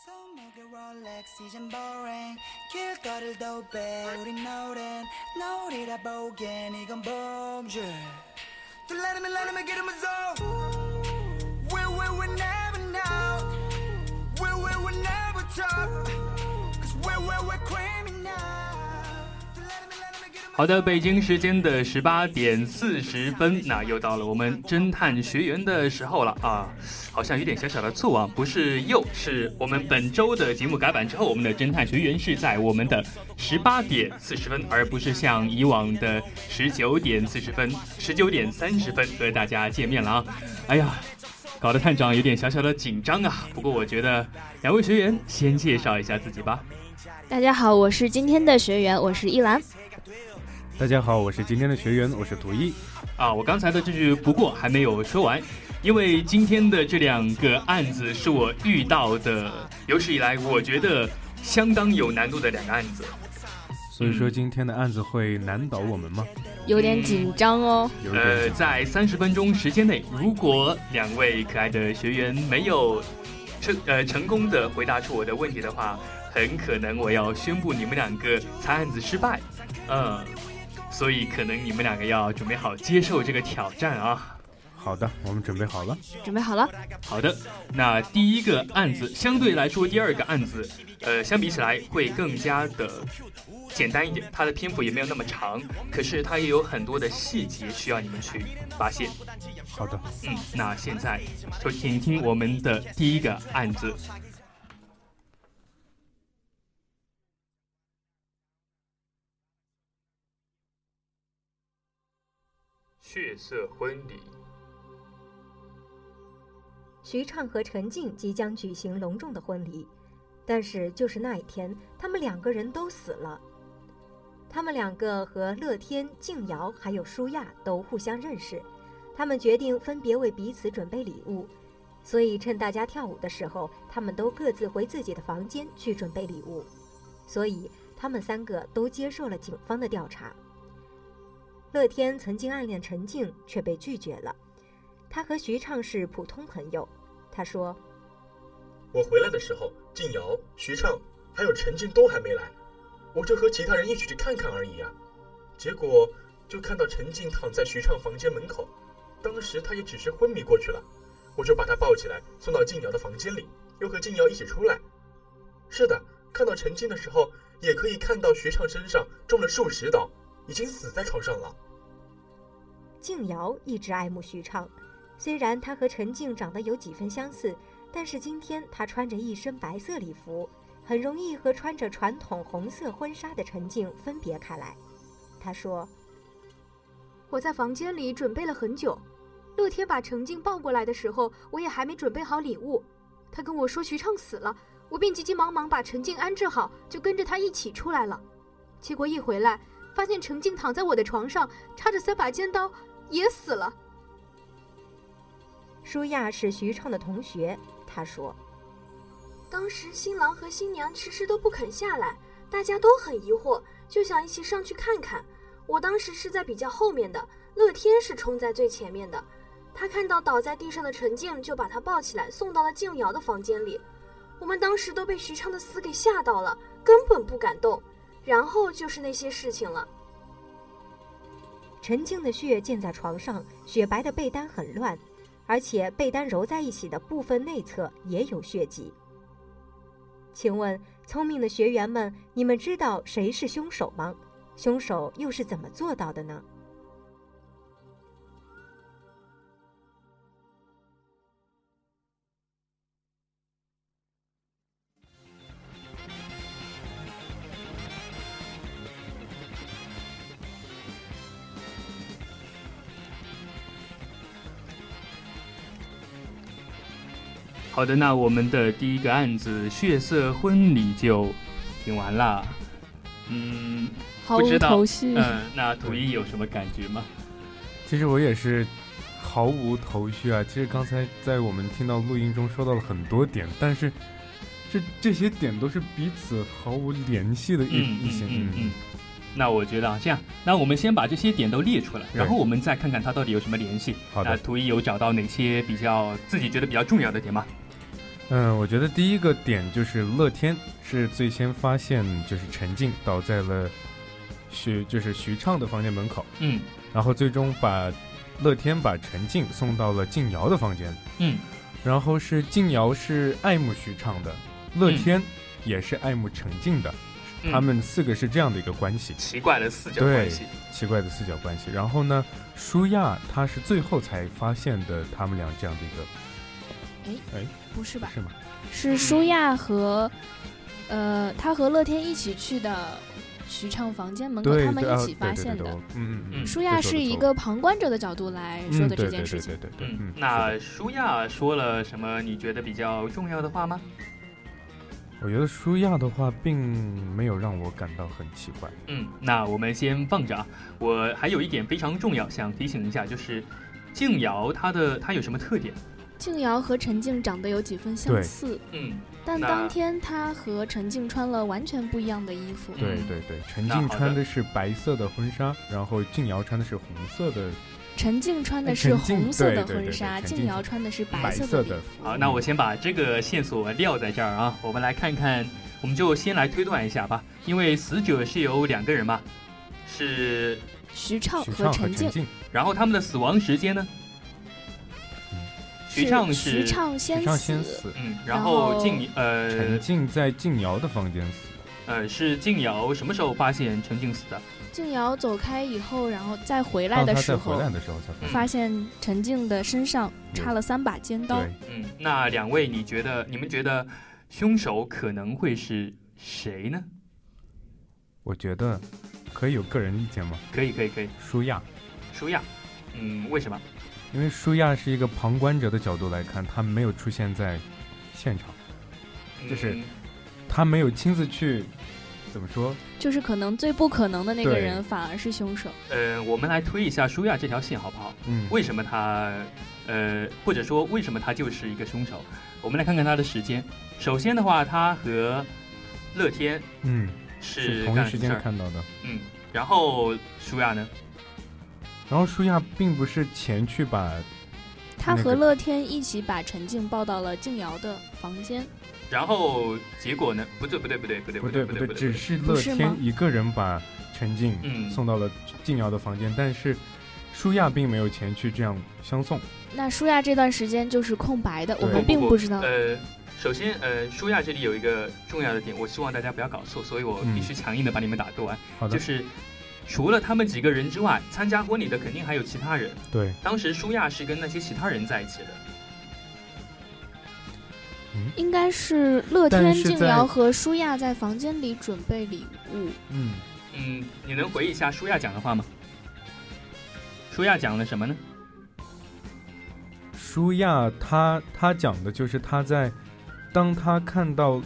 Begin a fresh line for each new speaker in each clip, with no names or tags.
손목에 롤렉스 이젠 boring 길거리도 배우린 노래 노리라 보기엔 이건 범죄 또 let him in let him in get him a zone we we we never know we we we never talk cause we we we criminal To let him in, let him in, get him a
好的，北京时间的十八点四十分，那又到了我们侦探学员的时候了啊，好像有点小小的醋啊，不是又是我们本周的节目改版之后，我们的侦探学员是在我们的十八点四十分，而不是像以往的十九点四十分、十九点三十分和大家见面了啊，哎呀。搞得探长有点小小的紧张啊，不过我觉得两位学员先介绍一下自己吧。
大家好，我是今天的学员，我是依兰。
大家好，我是今天的学员，我是图一。
啊，我刚才的这句不过还没有说完，因为今天的这两个案子是我遇到的有史以来我觉得相当有难度的两个案子。
所以
嗯
说今天的案子会难倒我们吗？
有点紧张哦。
有一
呃，
点紧
在三十分钟时间内，如果两位可爱的学员没有成呃成功的回答出我的问题的话，很可能我要宣布你们两个猜案子失败。嗯，所以可能你们两个要准备好接受这个挑战啊。
好的，我们准备好了。
准备好了？
好的，那第一个案子相对来说，第二个案子，呃，相比起来会更加的简单一点，它的篇幅也没有那么长，可是它也有很多的细节需要你们去发现。
好的，
嗯，那现在就请听我们的第一个案子。血色婚礼。
徐畅和陈静即将举行隆重的婚礼，但是就是那一天，他们两个人都死了。他们两个和乐天、静瑶还有舒亚都互相认识，他们决定分别为彼此准备礼物，所以趁大家跳舞的时候，他们都各自回自己的房间去准备礼物，所以他们三个都接受了警方的调查。乐天曾经暗恋陈静，却被拒绝了。他和徐畅是普通朋友。他说
我回来的时候，静瑶、徐畅还有陈静东还没来，我就和其他人一起去看看而已啊。结果就看到陈静躺在徐畅房间门口，当时他也只是昏迷过去了，我就把他抱起来送到静瑶的房间里，又和静瑶一起出来。是的，看到陈静的时候，也可以看到徐畅身上中了数十刀，已经死在床上了。：“
静瑶一直爱慕徐畅，虽然他和陈静长得有几分相似，但是今天他穿着一身白色礼服，很容易和穿着传统红色婚纱的陈静分别开来。”他说
我在房间里准备了很久。乐天把程静抱过来的时候，我也还没准备好礼物。他跟我说徐畅死了，我便急急忙忙把程静安置好，就跟着他一起出来了。结果一回来，发现程静躺在我的床上，插着三把尖刀，也死了。：“
舒亚是徐畅的同学。”他说
当时新郎和新娘迟迟都不肯下来，大家都很疑惑，就想一起上去看看。我当时是在比较后面的，乐天是冲在最前面的。他看到倒在地上的陈静，就把她抱起来送到了静瑶的房间里。我们当时都被徐畅的死给吓到了，根本不敢动。然后就是那些事情了。：“
陈静的血溅在床上，雪白的被单很乱，而且被单揉在一起的部分内侧也有血迹。请问，聪明的学员们，你们知道谁是凶手吗？凶手又是怎么做到的呢？
好的，那我们的第一个案子《血色婚礼》就听完啦。嗯，
毫
不知
无
道
头绪。
嗯，那图一有什么感觉吗？
其实我也是毫无头绪啊。其实刚才在我们听到录音中说到了很多点，但是这这些点都是彼此毫无联系的一、一些。
嗯嗯。那我觉得啊，这样，那我们先把这些点都列出来，然后我们再看看它到底有什么联系。
好
那
的，
图一有找到哪些比较自己觉得比较重要的点吗？
嗯，我觉得第一个点就是乐天是最先发现就是陈静倒在了徐就是徐畅的房间门口，
嗯
然后最终把乐天把陈静送到了静瑶的房间。
嗯
然后是静瑶是爱慕徐畅的，乐天也是爱慕陈静的，
嗯
他们四个是这样的一个关系，
奇怪的四角
对
关系。
奇怪的四角关系。然后呢，舒亚她是最后才发现的他们俩这样的一
不是
个，
吧？
是吗？
是舒亚和，呃，他和乐天一起去的徐畅房间门口，
对，
他们
对啊
一起发现
对对对
的。
对嗯嗯嗯，
舒亚
这说
是
得
一
错
个旁观者的角度来说
嗯
的
对
这件事情。
对对对对对，
嗯
嗯，，是
那
的
舒亚说了什么你觉得比较重要的话吗？
我觉得舒亚的话并没有让我感到很奇怪，
嗯，那我们先放着啊。我还有一点非常重要，想提醒一下，就是静瑶她的她有什么特点？
静瑶和陈静长得有几分相
对
似，
嗯，
但
那
当天她和陈静穿了完全不一样的衣服。
对
嗯
对对，陈
那好
静
的
穿的是白色的婚纱，然后静瑶穿的是红色的
陈静穿的
哎
是
陈静
红色
对
的
对
婚
对
纱，
陈
静
静
瑶穿的是
白
色
色
礼
的
服。
服。
好，那我先把这个线索撂在这儿啊。我们来看看，我们就先来推断一下吧，因为死者是有两个人嘛，是，
徐畅
许
和
畅和
陈
陈
静。
静。
然后他们的死亡时间呢？徐畅是
徐畅先
徐畅先死，
嗯，
然
然
后
后静呃
陈静在静瑶的房间死的。
呃是静瑶什么时候发现陈静死的？
静瑶走开以后，然后再回来
当
的
他
时
在回
候
来，的时候
嗯
才发现。
发现陈静的身上插了三把尖刀。
对，
嗯，那两位你觉得你们觉得凶手可能会是谁呢？
我觉得可以有个人意见吗？
可以可以可以，
舒亚，
舒亚，嗯，为什么？
因为舒亚是一个旁观者的角度来看，他没有出现在现场，就是
嗯
他没有亲自去，怎么说？
就是可能最不可能的那个
对
人反而是凶手。
呃，我们来推一下舒亚这条线好不好？
嗯，
为什么他，呃，或者说为什么他就是一个凶手？我们来看看他的时间。首先的话，他和乐天
嗯，
是
是
干
同
了
一时
什么事
间
儿，
看到的。
嗯，然后舒亚呢？
然后舒亚并不是前去把，
他
那
和
个
乐天一起把陈静抱到了静瑶的房间。
然后结果呢？不对不对不对不对
不
对
对
不
不
对
对，
不
只
对，
是
不
乐
是
天
吗
一个人把陈静
嗯
送到了静瑶的房间，但是舒亚并没有前去这样相送。
那舒亚这段时间就是空白的，我
对
们并不知道。
呃，首先，呃，舒亚这里有一个重要的点，我希望大家不要搞错，所以我
嗯
必须强硬的把你们打断。
好的，
就是除了他们几个人之外，参加婚礼的肯定还有其他人。
对，
当时舒亚是跟那些其他人在一起的，
应该是乐天、
但是在
静瑶和舒亚在房间里准备礼物。
嗯，
嗯，你能回忆一下舒亚讲的话吗？舒亚讲了什么呢？
舒亚他他讲的就是他在当他看到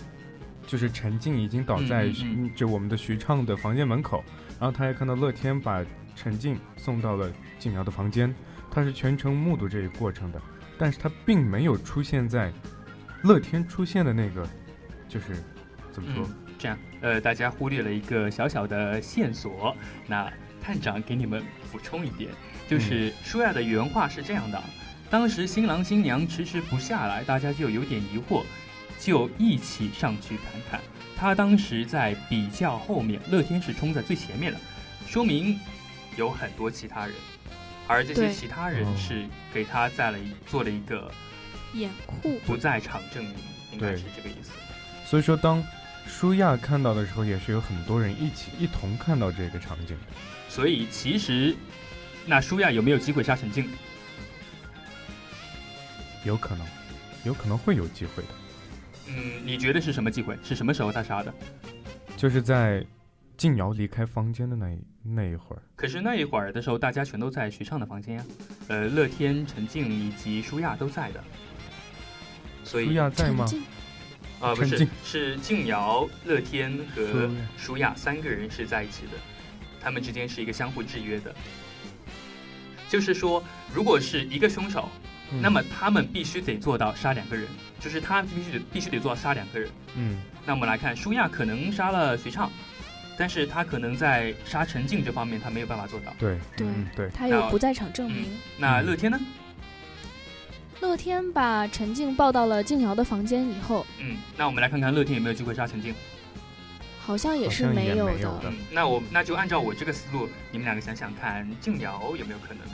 就是陈静已经倒在
嗯嗯
就我们的徐畅的房间门口，然后他也看到乐天把陈静送到了静瑶的房间，他是全程目睹这一过程的，但是他并没有出现在乐天出现的那个，就是怎么说？
嗯，这样，呃，大家忽略了一个小小的线索，那探长给你们补充一点，
嗯
就是舒亚的原话是这样的：当时新郎新娘迟迟不下来，大家就有点疑惑，就一起上去看看。他当时在比较后面，乐天是冲在最前面的，说明有很多其他人，而这些
对
其他人
哦
是给他在了一做了一个
掩护。
不在场证明，应该
对
是这个意思。
所以说当舒亚看到的时候，也是有很多人一起一同看到这个场景。
所以其实，那舒亚有没有机会杀陈静？
有可能，有可能会有机会的，
嗯，你觉得是什么机会？是什么时候他杀的？
就是在静瑶离开房间的那一那一会儿，
可是那一会儿的时候，大家全都在徐畅的房间呀、呃，乐天、陈静以及舒亚都在的。所
舒
以
亚在吗
陈？静
啊、不
陈
是
静
是静瑶、乐天和
舒亚
舒雅三个人是在一起的，他们之间是一个相互制约的。就是说，如果是一个凶手，
嗯
那么他们必须得做到杀两个人，就是他必须得必须得做到杀两个人。
嗯，
那我们来看，舒亚可能杀了徐畅，但是他可能在杀陈静这方面他没有办法做到。
对，
对
嗯对，
他有
那嗯
不在场证明。
那乐天呢？
乐天把陈静抱到了静瑶的房间以后，
嗯，那我们来看看乐天有没有机会杀陈静。
好像也是
好像
没
也
有
没有
的
的。
嗯，那我那就按照我这个思路，你们两个想想看，静瑶有没有可能呢？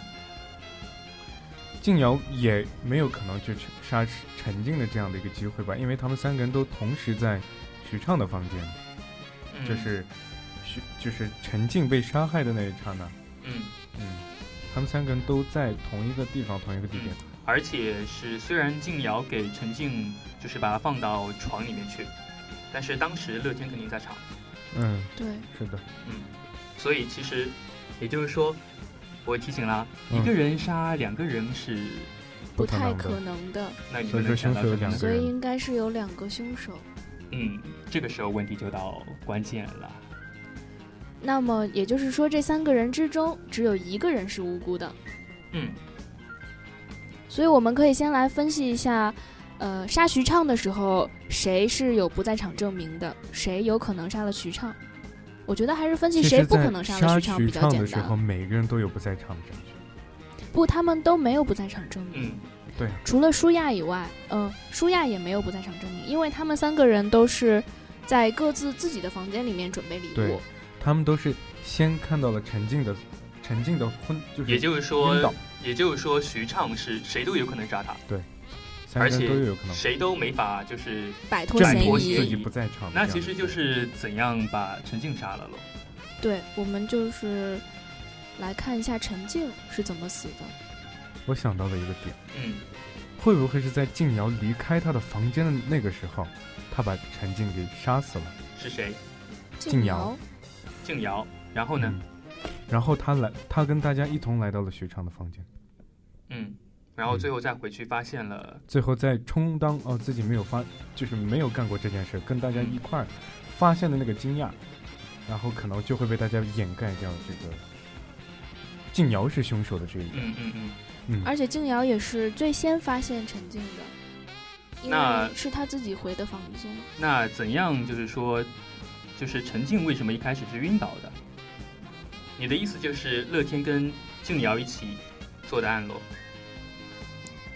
静瑶也没有可能去杀陈静的这样的一个机会吧，因为他们三个人都同时在徐畅的房间，
嗯
就是徐就是陈静被杀害的那一刹那，
嗯，
嗯，他们三个人都在同一个地方，同一个地点，
而且是虽然静瑶给陈静就是把她放到床里面去，但是当时乐天肯定在场，
嗯，
对，
是的，
嗯，所以其实也就是说，我提醒啦，
嗯
一个人杀两个人是，
不
不可
太
能的
可能的，
那你
所
们
以
能
说
想
凶
到
手有
什么
两
呢
个
所以
人，
应该是有两个凶手。
嗯，这个时候问题就到关键了。
那么也就是说，这三个人之中只有一个人是无辜的。
嗯
所以我们可以先来分析一下，呃，杀徐畅的时候谁是有不在场证明的，谁有可能杀了徐畅。我觉得还是分析
其
谁
实，
不
在
可能杀了徐畅比较
畅
简
的时候，
单。
每个人都有不在场的证据，
不，他们都没有不在场证明，
嗯
除了舒亚以外，嗯、舒亚也没有不在场证明，因为他们三个人都是在各自自己的房间里面准备礼
对
物。
他们都是先看到了陈静的陈静的昏，就是
也就是
晕
说
倒，，
也就是说，徐畅是谁都有可能杀他，
三个
而且
人都有可能
谁都没法就是
摆脱
证
嫌
明
脱
自
嫌
疑，
己不在场的这
那
样的一
其
个，
实就是怎样把陈静杀了喽？
对我们就是来看一下陈静是怎么死的。
我想到了一个点。
嗯，
会不会是在静瑶离开她的房间的那个时候，她把陈静给杀死了？
嗯是谁？
静瑶
瑶，
静瑶。然后呢？
嗯然后她来，她跟大家一同来到了许昌的房间，
嗯，然后最后再回去发现了，
最后再充当哦自己没有发，就是没有干过这件事，跟大
嗯
家一块儿发现的那个惊讶，然后可能就会被大家掩盖掉这个静瑶是凶手的这一点。
嗯嗯嗯，
嗯，
而且静瑶也是最先发现陈静的，因
那
为是她自己回的房间。
那怎样就是说，就是陈静为什么一开始是晕倒的？你的意思就是乐天跟静瑶一起做的案喽？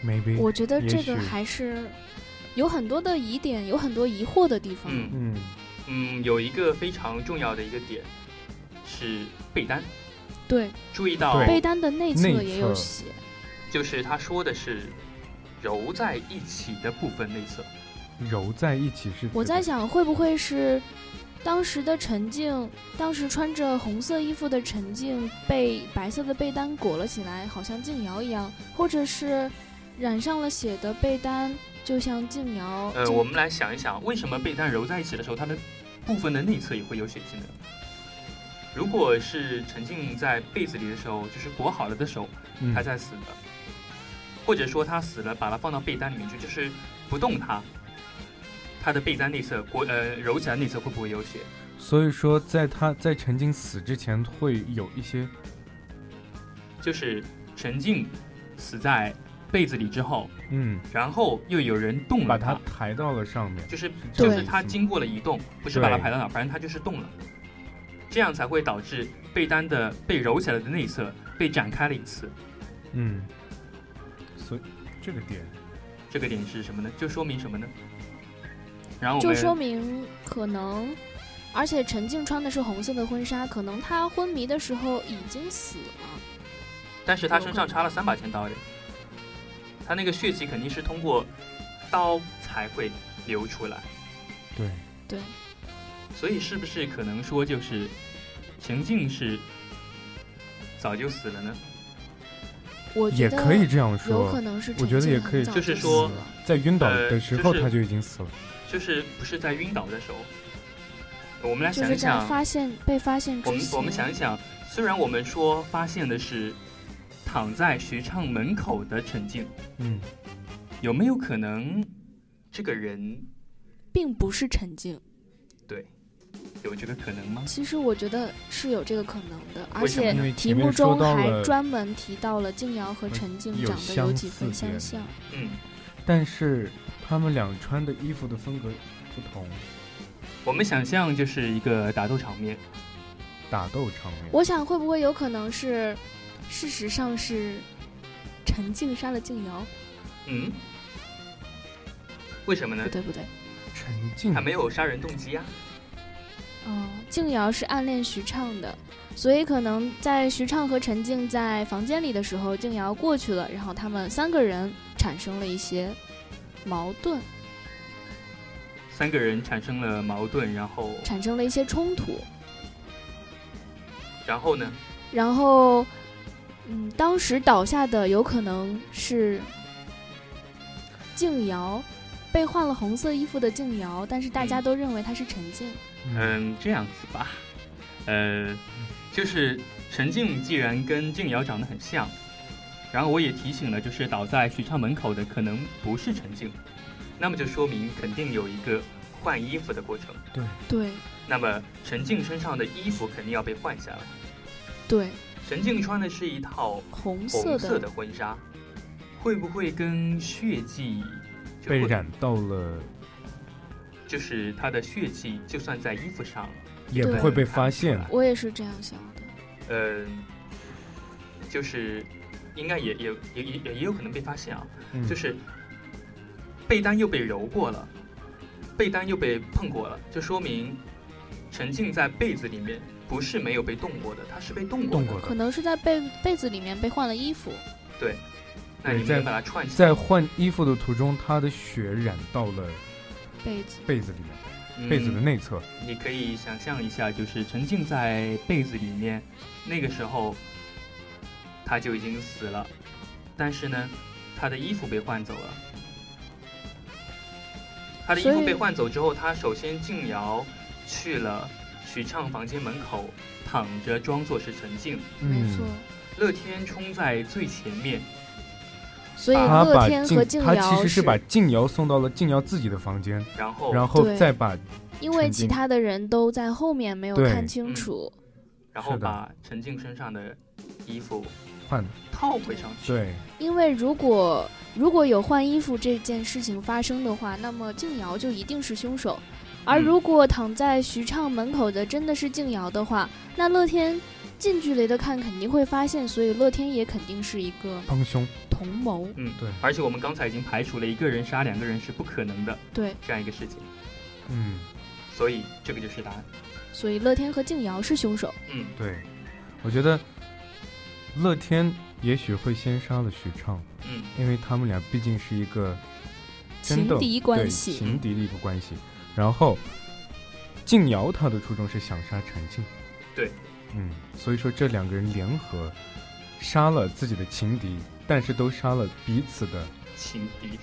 maybe
我觉得
嗯也
这个
许
还是有很多的疑点，有很多疑惑的地方。
嗯
嗯，
嗯，有一个非常重要的一个点是被单，
对，
注意到
对
被单的内侧
内
也有
侧
血，
就是他说的是揉在一起的部分内侧。
揉在一起是
我
指的
在想会不会是当时的陈静，当时穿着红色衣服的陈静被白色的被单裹了起来，好像静瑶一样，或者是染上了血的被单，就像静瑶。
呃，
静
我们来想一想，为什么被单揉在一起的时候，它的部分的内侧也会有血迹呢？如果是沉浸在被子里的时候，就是裹好了的手，
嗯
它才死的，或者说它死了，把它放到被单里面去，就是不动它，它的被单内侧裹呃揉起来内侧会不会有血？
所以说，在他在陈静死之前，会有一些
就是沉浸死在被子里之后，
嗯，
然后又有人动
把
了
他抬到了上面。
就是
这
就
样
对
的
是
意思
它
吗
经过了移动，不是把它
对
排到哪，反正它就是动了，这样才会导致被单的被揉起来的内侧被展开了一次。
嗯，所以这个点，
这个点是什么呢？就说明什么呢？然后我
就
们
说明可能，而且陈静穿的是红色的婚纱，可能她昏迷的时候已经死了。
但是他身上插了三把尖刀呀，他那个血迹肯定是通过刀才会流出来，
对，
对，
所以是不是可能说就是陈静是早就死了呢？
我觉
也
得
可以这样
有可
说。
能是
我觉
陈
得
静
也可以
很早
就
就是死
说
了
在晕倒
呃
的时候，
就是
他就已经死了。
就是不是在晕倒的时候？我们来
就
想
是
一想
在，发现被发现之
我们
前，
我们想一想，虽然我们说发现的是躺在徐畅门口的陈静，
嗯，
有没有可能这个人
并不是陈静。
有这个可能吗？
其实我觉得是有这个可能的，而
为什么
且
呢
因为
题
前
目
面说
中
到
还
了，
专门提到了静瑶和陈静
有
长得有几分
相
相
似
像。
嗯，
但是他们俩穿的衣服的风格不同，
我们想象就是一个打斗场面，
打斗场面。
我想会不会有可能是，事实上是陈静杀了静瑶？
嗯，为什么呢
不？对不对，
陈静
他没有杀人动机啊。
哦，静瑶是暗恋徐畅的，所以可能在徐畅和陈静在房间里的时候，静瑶过去了，然后他们三个人产生了一些矛盾，
三个人产生了矛盾，然后，
产生了一些冲突。
然后呢？
然后，嗯，当时倒下的有可能是静瑶，被换了红色衣服的静瑶，但是大家都认为她是陈静。
嗯，
嗯，这样子吧，呃，就是陈静既然跟静瑶长得很像，然后我也提醒了，就是倒在许昌门口的可能不是陈静，那么就说明肯定有一个换衣服的过程。
对
那么陈静身上的衣服肯定要被换下来。
对，
陈静穿的是一套
红色
红
的
色的婚纱，会不会跟血迹就
被
会
染到了
就是她的血迹，就算在衣服上，
也不
对
会被发现。
我也是这样想的。
嗯、就是应该也也也也也有可能被发现啊，
嗯
就是被单又被揉过了，被单又被碰过了，就说明陈静在被子里面不是没有被动过的，她是被动过
动
的，
过
可
的，
能是在被被子里面被换了衣服，
那你
对
们
在
能把它串起来，
在换衣服的途中，他的血染到了
被子
被子里面，
嗯
被子的内侧。
你可以想象一下，就是沉浸在被子里面，那个时候他就已经死了，但是呢，他的衣服被换走了。他的衣
所
服
以
被换走之后，他首先静瑶去了许畅房间门口，躺着装作是陈静。
嗯
没错。
乐天冲在最前面，
所以
他
乐
把
天
静
和静
他其
瑶
实是把静瑶送到了静瑶自己的房间，
然后
然后
对
再把
因为
陈
其
静
他的人都在后面没有
对
看清楚，
然后
是的
把陈静身上的衣服
换
套回上去。
对
因为如果如果有换衣服这件事情发生的话，那么静瑶就一定是凶手。而
嗯
如果躺在徐畅门口的真的是静瑶的话，那乐天近距离的看肯定会发现，所以乐天也肯定是一个
帮凶。
同谋。
嗯，
对
而且我们刚才已经排除了一个人杀两个人是不可能的
对，
这样一个事情，
嗯，
所以这个就是答案。
所以乐天和静瑶是凶手。
嗯，
对，我觉得乐天也许会先杀了许畅，
嗯，
因为他们俩毕竟是一个真
情
的
敌
对
关系，
情敌的一个关系。然后静瑶她的初衷是想杀陈静，
对，
嗯，所以说这两个人联合杀了自己的情敌，但是都杀了彼此的。
情敌。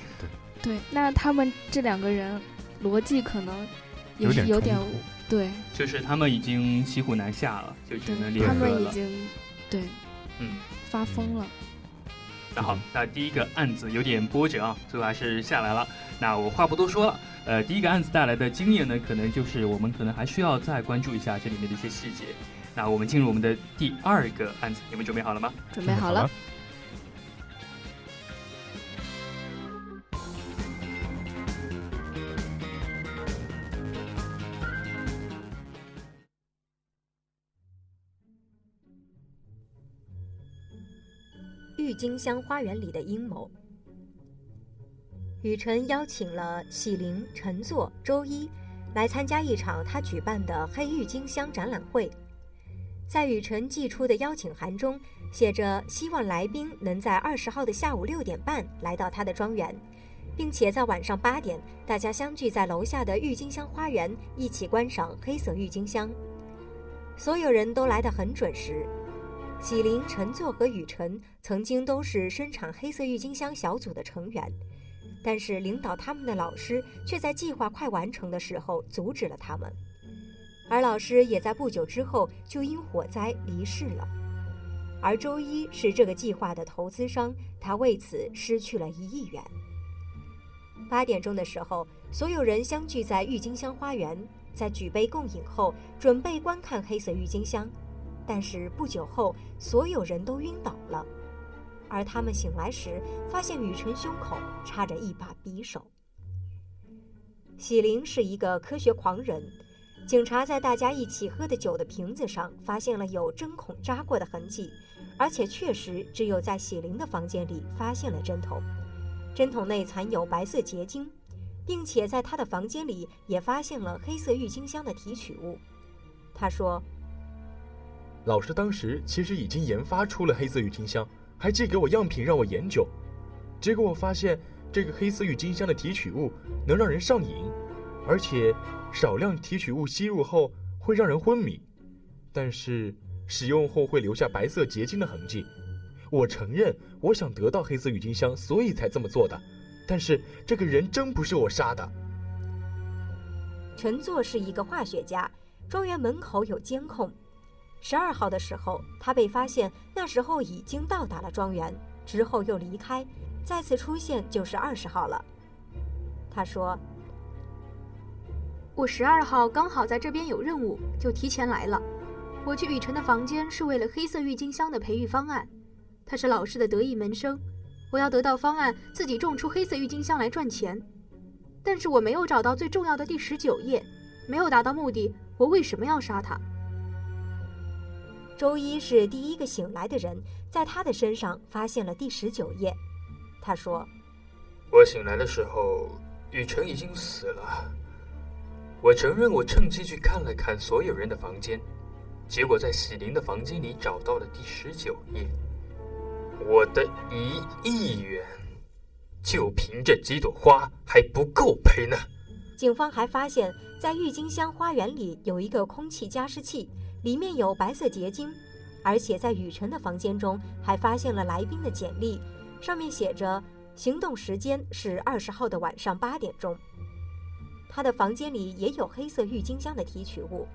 对，那他们这两个人逻辑可能也
有
是
点
有
冲
点
突
对，
就是他们已经骑虎难下了，就只
对
能，
他
联合
们已
了。
经对
嗯，
发疯
嗯
了。
那好，那第一个案子有点波折啊，最后还是下来了。那我话不多说了，呃，第一个案子带来的经验呢，可能就是我们可能还需要再关注一下这里面的一些细节。那我们进入我们的第二个案子，你们准备好了吗？
准
准
备
备
好
好
了
了。
郁金香花园里的阴谋。雨辰邀请了喜林、陈作、周一来参加一场他举办的黑郁金香展览会。在雨辰寄出的邀请函中，写着希望来宾能在二十号的下午六点半来到他的庄园，并且在晚上八点大家相聚在楼下的郁金香花园，一起观赏黑色郁金香。所有人都来得很准时，喜林、陈作和雨辰曾经都是生产黑色郁金香小组的成员，但是领导他们的老师却在计划快完成的时候阻止了他们，而老师也在不久之后就因火灾离世了。而周一是这个计划的投资商，他为此失去了一亿元。八点钟的时候，所有人相聚在郁金香花园，在举杯共饮后，准备观看黑色郁金香。但是不久后，所有人都晕倒了，而他们醒来时，发现雨辰胸口插着一把匕首。喜灵是一个科学狂人，警察在大家一起喝的酒的瓶子上发现了有针孔扎过的痕迹，而且确实只有在喜灵的房间里发现了针筒，针筒内含有白色结晶，并且在他的房间里也发现了黑色郁金香的提取物。他说。
老师当时其实已经研发出了黑色郁金香，还寄给我样品让我研究。结果我发现，这个黑色郁金香的提取物能让人上瘾，而且少量提取物吸入后会让人昏迷，但是使用后会留下白色结晶的痕迹。我承认，我想得到黑色郁金香，所以才这么做的。但是这个人真不是我杀的。
陈作是一个化学家，庄园门口有监控。十二号的时候，他被发现，那时候已经到达了庄园，之后又离开，再次出现就是二十号了。他说
我十二号刚好在这边有任务，就提前来了。我去雨辰的房间是为了黑色郁金香的培育方案，他是老师的得意门生，我要得到方案，自己种出黑色郁金香来赚钱。但是我没有找到最重要的第十九页，没有达到目的，我为什么要杀他？：“
周一是第一个醒来的人，在他的身上发现了第十九页。”他说
我醒来的时候，雨辰已经死了。我承认，我趁机去看了看所有人的房间，结果在喜林的房间里找到了第十九页。我的一亿元，就凭这几朵花还不够赔呢。：“
警方还发现，在郁金香花园里有一个空气加湿器，里面有白色结晶，而且在雨辰的房间中还发现了来宾的简历，上面写着行动时间是二十号的晚上八点钟。他的房间里也有黑色郁金香的提取物，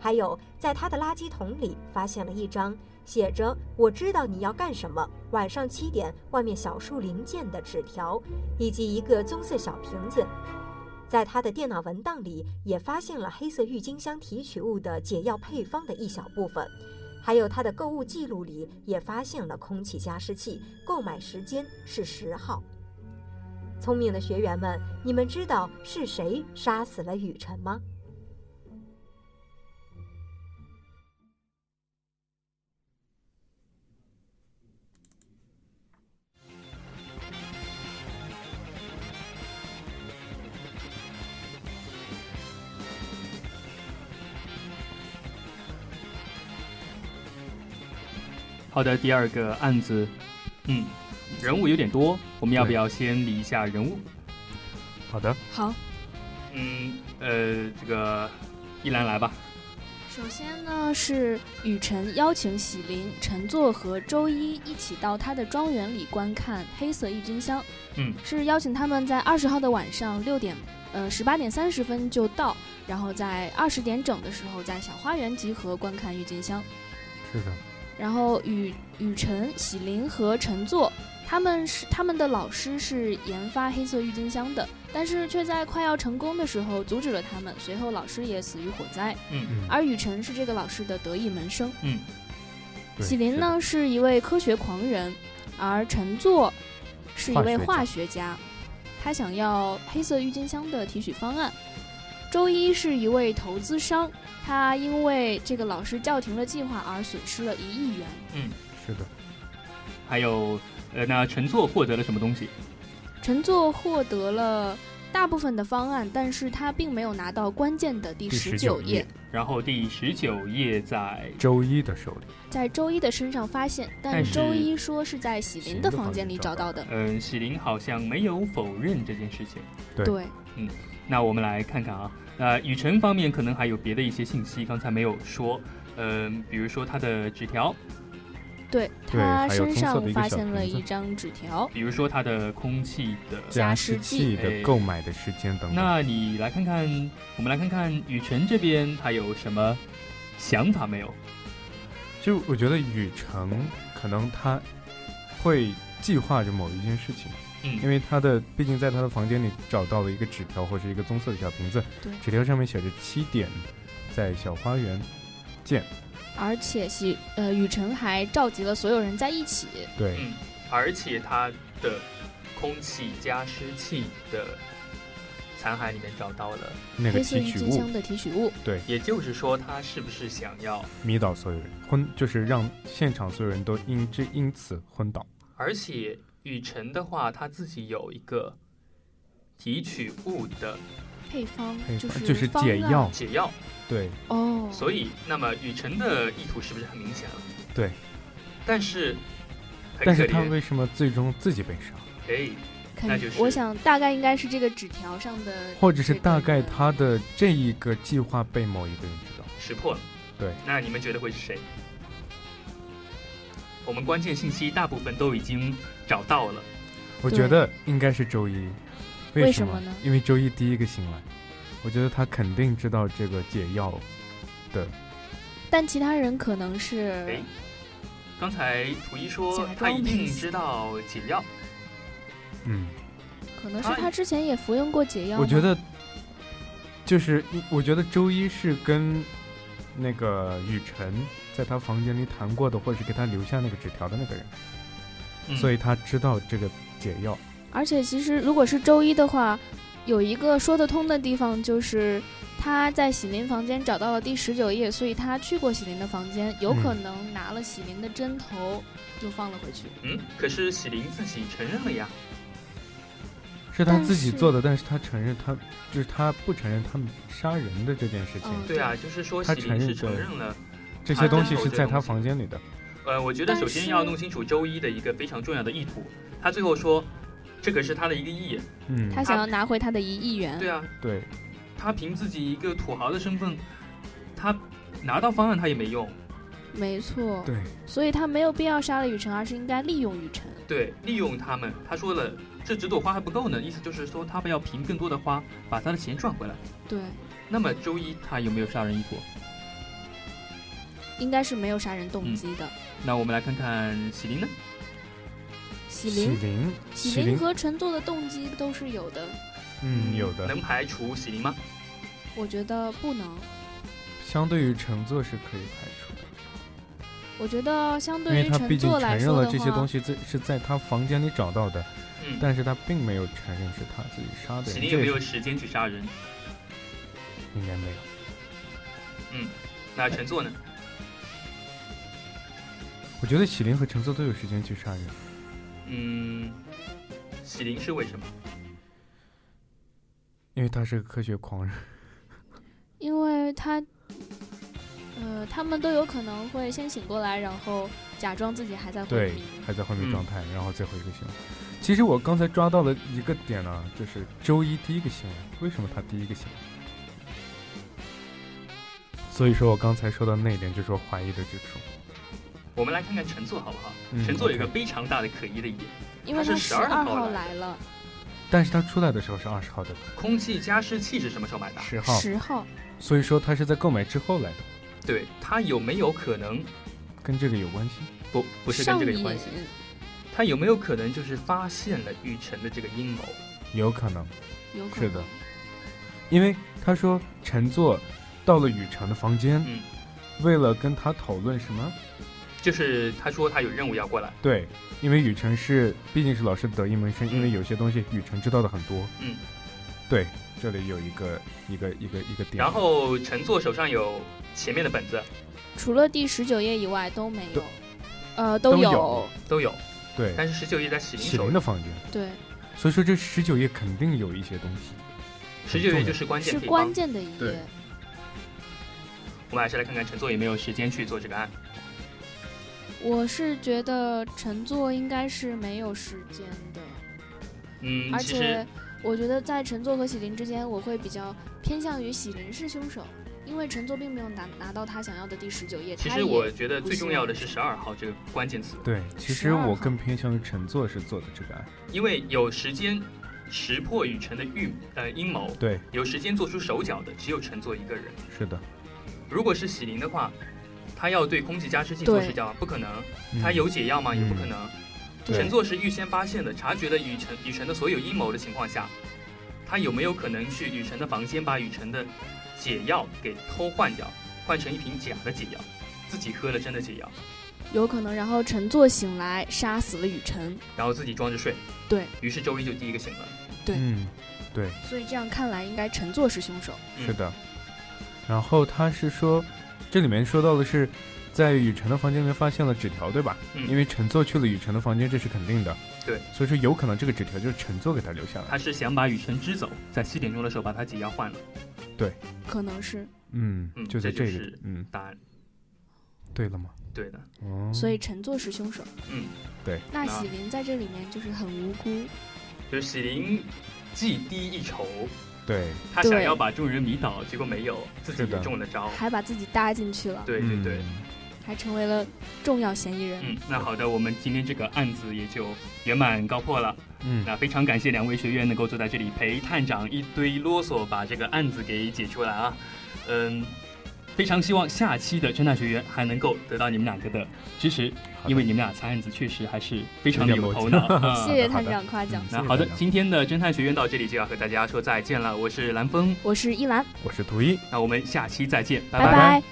还有在他的垃圾桶里发现了一张写着“我知道你要干什么，晚上七点外面小树林见”的纸条，以及一个棕色小瓶子。在他的电脑文档里也发现了黑色郁金香提取物的解药配方的一小部分，还有他的购物记录里也发现了空气加湿器，购买时间是十号。聪明的学员们，你们知道是谁杀死了雨辰吗？
好的，第二个案子，嗯，人物有点多，我们要不
对
要先理一下人物？
好的，
好，
嗯，呃，这个一兰来吧。
首先呢是雨辰邀请喜林、陈作和周一一起到他的庄园里观看黑色郁金香。
嗯，
是邀请他们在二十号的晚上六点，呃十八点三十分就到，然后在二十点整的时候在小花园集合观看郁金香。
是的，
然后雨雨辰、喜林和陈作，他们是他们的老师是研发黑色郁金香的，但是却在快要成功的时候阻止了他们，随后老师也死于火灾，
嗯
嗯，
而雨辰是这个老师的得意门生。
嗯，
对
喜林？呢是一位科学狂人，而陈作是一位化学家，他想要黑色郁金香的提取方案。周一是一位投资商，他因为这个老师叫停了计划而损失了一亿元。
是的，
还有，呃，那陈作获得了什么东西？
陈作获得了大部分的方案，但是他并没有拿到关键的第
第
十
九
九页，
然后第十九页在
周一的手里，
在周一的身上发现，但
但是
周一说是在喜林的房间里找到的。
嗯，喜林好像没有否认这件事情。
对
对，
那我们来看看啊，那雨辰方面可能还有别的一些信息，刚才没有说。嗯、比如说他的纸条，
对
对还
他
有
身
棕色的
上
一个
发
小
现
瓶
了
子
一张纸条。
比如说他的空气的。
加湿
湿
器
器
哎
的购买的时间等等。
那你来看看，我们来看看雨辰这边他有什么想法没有？
就我觉得雨辰可能他会计划着某一件事情，
嗯
因为他的毕竟在他的房间里找到了一个纸条或是一个棕色的小瓶子
对，
纸条上面写着七点，在小花园见。
而且喜呃雨辰还召集了所有人在一起，
对，
嗯，而且它的空气加湿器的残骸里面找到了，
那个
黑色
提
郁
取
金
物
香的提取物，
也就是说，他是不是想要？
迷倒所有人，昏就是让现场所有人都因之因此昏倒。
而且雨辰的话，他自己有一个提取物的
配方
配
就
方
是
就是
方
解
案
药，
解药，
对，
哦，
所以那么雨辰的意图是不是很明显了？
对，
但是很
但
可
是他
怜，
为什么最终自己被杀，
哎，
肯
那
定
就是
我想大概应该是这个纸条上的，
或者是大概他的这一个计划被某一个人知道？
识破了。
对，
那你们觉得会是谁？我们关键信息大部分都已经找到了，
我
对
觉得应该是周一，
为
什
什么呢
因为周一第一个醒来，我觉得他肯定知道这个解药的，
但其他人可能是
哎刚才图一说
假装
他一定
没事
知道解药，
嗯，
可能是
他
他之前也服用过解药吗，
我觉得就是一我觉得周一是跟那个雨辰在他房间里谈过的，或者是给他留下那个纸条的那个人，
嗯
所以他知道这个解药。
而且其实如果是周一的话，有一个说得通的地方就是他在喜林房间找到了第十九页，所以他去过喜林的房间，有可
嗯
能拿了喜林的针头就放了回去。
嗯，可是喜林自己承认了呀，
是他
但
自己
是
做的，但是他承认他就是他不承认他们杀人的这件事情，
嗯
对啊，就是说喜
他
林是
承
承
认
认了。
这
他
些东西
认为
是
这
在
东
他
西
房间里的。
呃，我觉得
但
首先要
是
弄清楚周一的一个非常重要的意图，他最后说这个是他的一个意义，
嗯，
他想哦要拿回他的一亿元。
对啊，
对，
他凭自己一个土豪的身份，他拿到方案他也没用，
没错。
对，
所以他没有必要杀了雨辰，而是应该利用雨辰。
对，利用他们。他说了，这几朵花还不够呢，意思就是说他们要凭更多的花把他的钱赚回来。
对，
那么周一他有没有杀人意图？
应该是没有杀人动
嗯
机的。
那我们来看看喜林呢？
喜
喜
林，
灵，
喜林和陈作的动机都是有的，
嗯有的，
能排除喜林吗？
我觉得不能。
相对于乘坐是可以排除的，
我觉得相
因
对
为
于
他毕
陈
竟
作
承
来
认
说
了
的
这些
话
东，西在是在他房间里找到的，
嗯，
但是他并没有承认是他自己杀的
喜
人，
林有
这
没
也
有
是
时间去杀人？
应该没有。
那陈作呢？
我觉得喜灵和乘坐都有时间去杀人，
嗯，喜林是为什么？
因为他是个科学狂人。
因为他，呃，他们都有可能会先醒过来，然后假装自己还在昏
对
迷。，
还在昏迷
嗯
状态，然后最后一个行为。其实我刚才抓到了一个点呢、就是周一第一个行为，为什么他第一个行为？所以说我刚才说的那一点就是我怀疑的之处。
我们来看看陈作好不好？
嗯
陈作有一个
OK
非常大的可疑的一点，
因为
他
他
是
十
12
二
号
号
来
来了，
但是他出来的时候是二十号的
空气加湿器是什么时候买的？
十号，
十号，
所以说他是在购买之后来的，
对，他有没有可能
跟这个有关系。
不不是跟
上
这个有
瘾，
关系？他有没有可能就是发现了玉成的这个阴谋？
有可能，
有可
是
能。
的因为他说陈坐到了雨辰的房间，
嗯
为了跟他讨论什么？
就是他说他有任务要过来，
对，因为雨辰是毕竟是老师得意门生，因为
嗯
有些东西雨辰知道的很多。
嗯，
对，这里有一个一个一个一个点。
然后陈作手上有前面的本子
除了第十九页以外都没
都
有，呃，
都有
有，
都有，
对，
但是十九页在喜林
喜
手
灵
里，
的房间，
对，
所以说这十九页肯定有一些东西。
十九页就是关键
是
配
关
方。
键的一
对
页。
我们还是来看看陈作有没有时间去做这个案。
我是觉得乘坐应该是没有时间的，
嗯，
而
其实
且我觉得在陈作和喜林之间，我会比较偏向于喜林是凶手，因为陈作并没有拿拿到他想要的第十九页，
其
他
实
也
我觉得最重要的
不
是
行
十二号这个关键词，
对，其实
12号
我更偏向于陈坐是做的这个案。
因为有时间识破雨辰的预呃阴谋，
对，
有时间做出手脚的只有陈作一个人。
是的，
如果是喜灵的话，他要对空气加湿器做
对
手脚，不可能。
嗯
他有解药吗？也不
嗯
可能。
对
陈作是预先发现的，察觉了雨辰雨辰的所有阴谋的情况下，他有没有可能去雨辰的房间把雨辰的解药给偷换掉，换成一瓶假的解药，自己喝了真的解药，
有可能。然后陈作醒来，杀死了雨辰。
然后自己装着睡？
对，
于是周一就第一个醒了。
对
嗯，对，
所以这样看来，应该陈作是凶手。
嗯
是的。然后他是说，这里面说到的是，在雨辰的房间里面发现了纸条，对吧？
嗯
因为陈作去了雨辰的房间，这是肯定的。
对，
所以说有可能这个纸条就是陈作给他留下来的。
他是想把雨辰支走，在七点钟的时候把他解药换了。
可能是，
嗯
嗯，
就在
这
这
就
里。
是
嗯，
答案
对了吗？
对的，
哦，
所以陈作是凶手。
嗯，
对。
那喜林在这里面就是很无辜，
就是喜林技低一筹，
对，
他想
对
要把众人迷倒，结果没有，自己
是的
也中了招。
还把自己搭进去了，
对对对，
嗯
还成为了重要嫌疑人。
嗯，那好的，我们今天这个案子也就圆满告破了。
嗯，
那非常感谢两位学员能够坐在这里陪探长一堆啰嗦，把这个案子给解出来啊。嗯，非常希望下期的侦探学员还能够得到你们两个的支持，
好的
因为你们俩猜案子确实还是非常的
有
有
点
头
逻辑
脑。啊
谢谢
好
探
的
长夸奖，
嗯
那
谢谢
好的
大，家
今天的侦探学院到这里就要和大家说再见了。我是蓝峰，
我是依兰，
我是图一。
那我们下期再见，拜
拜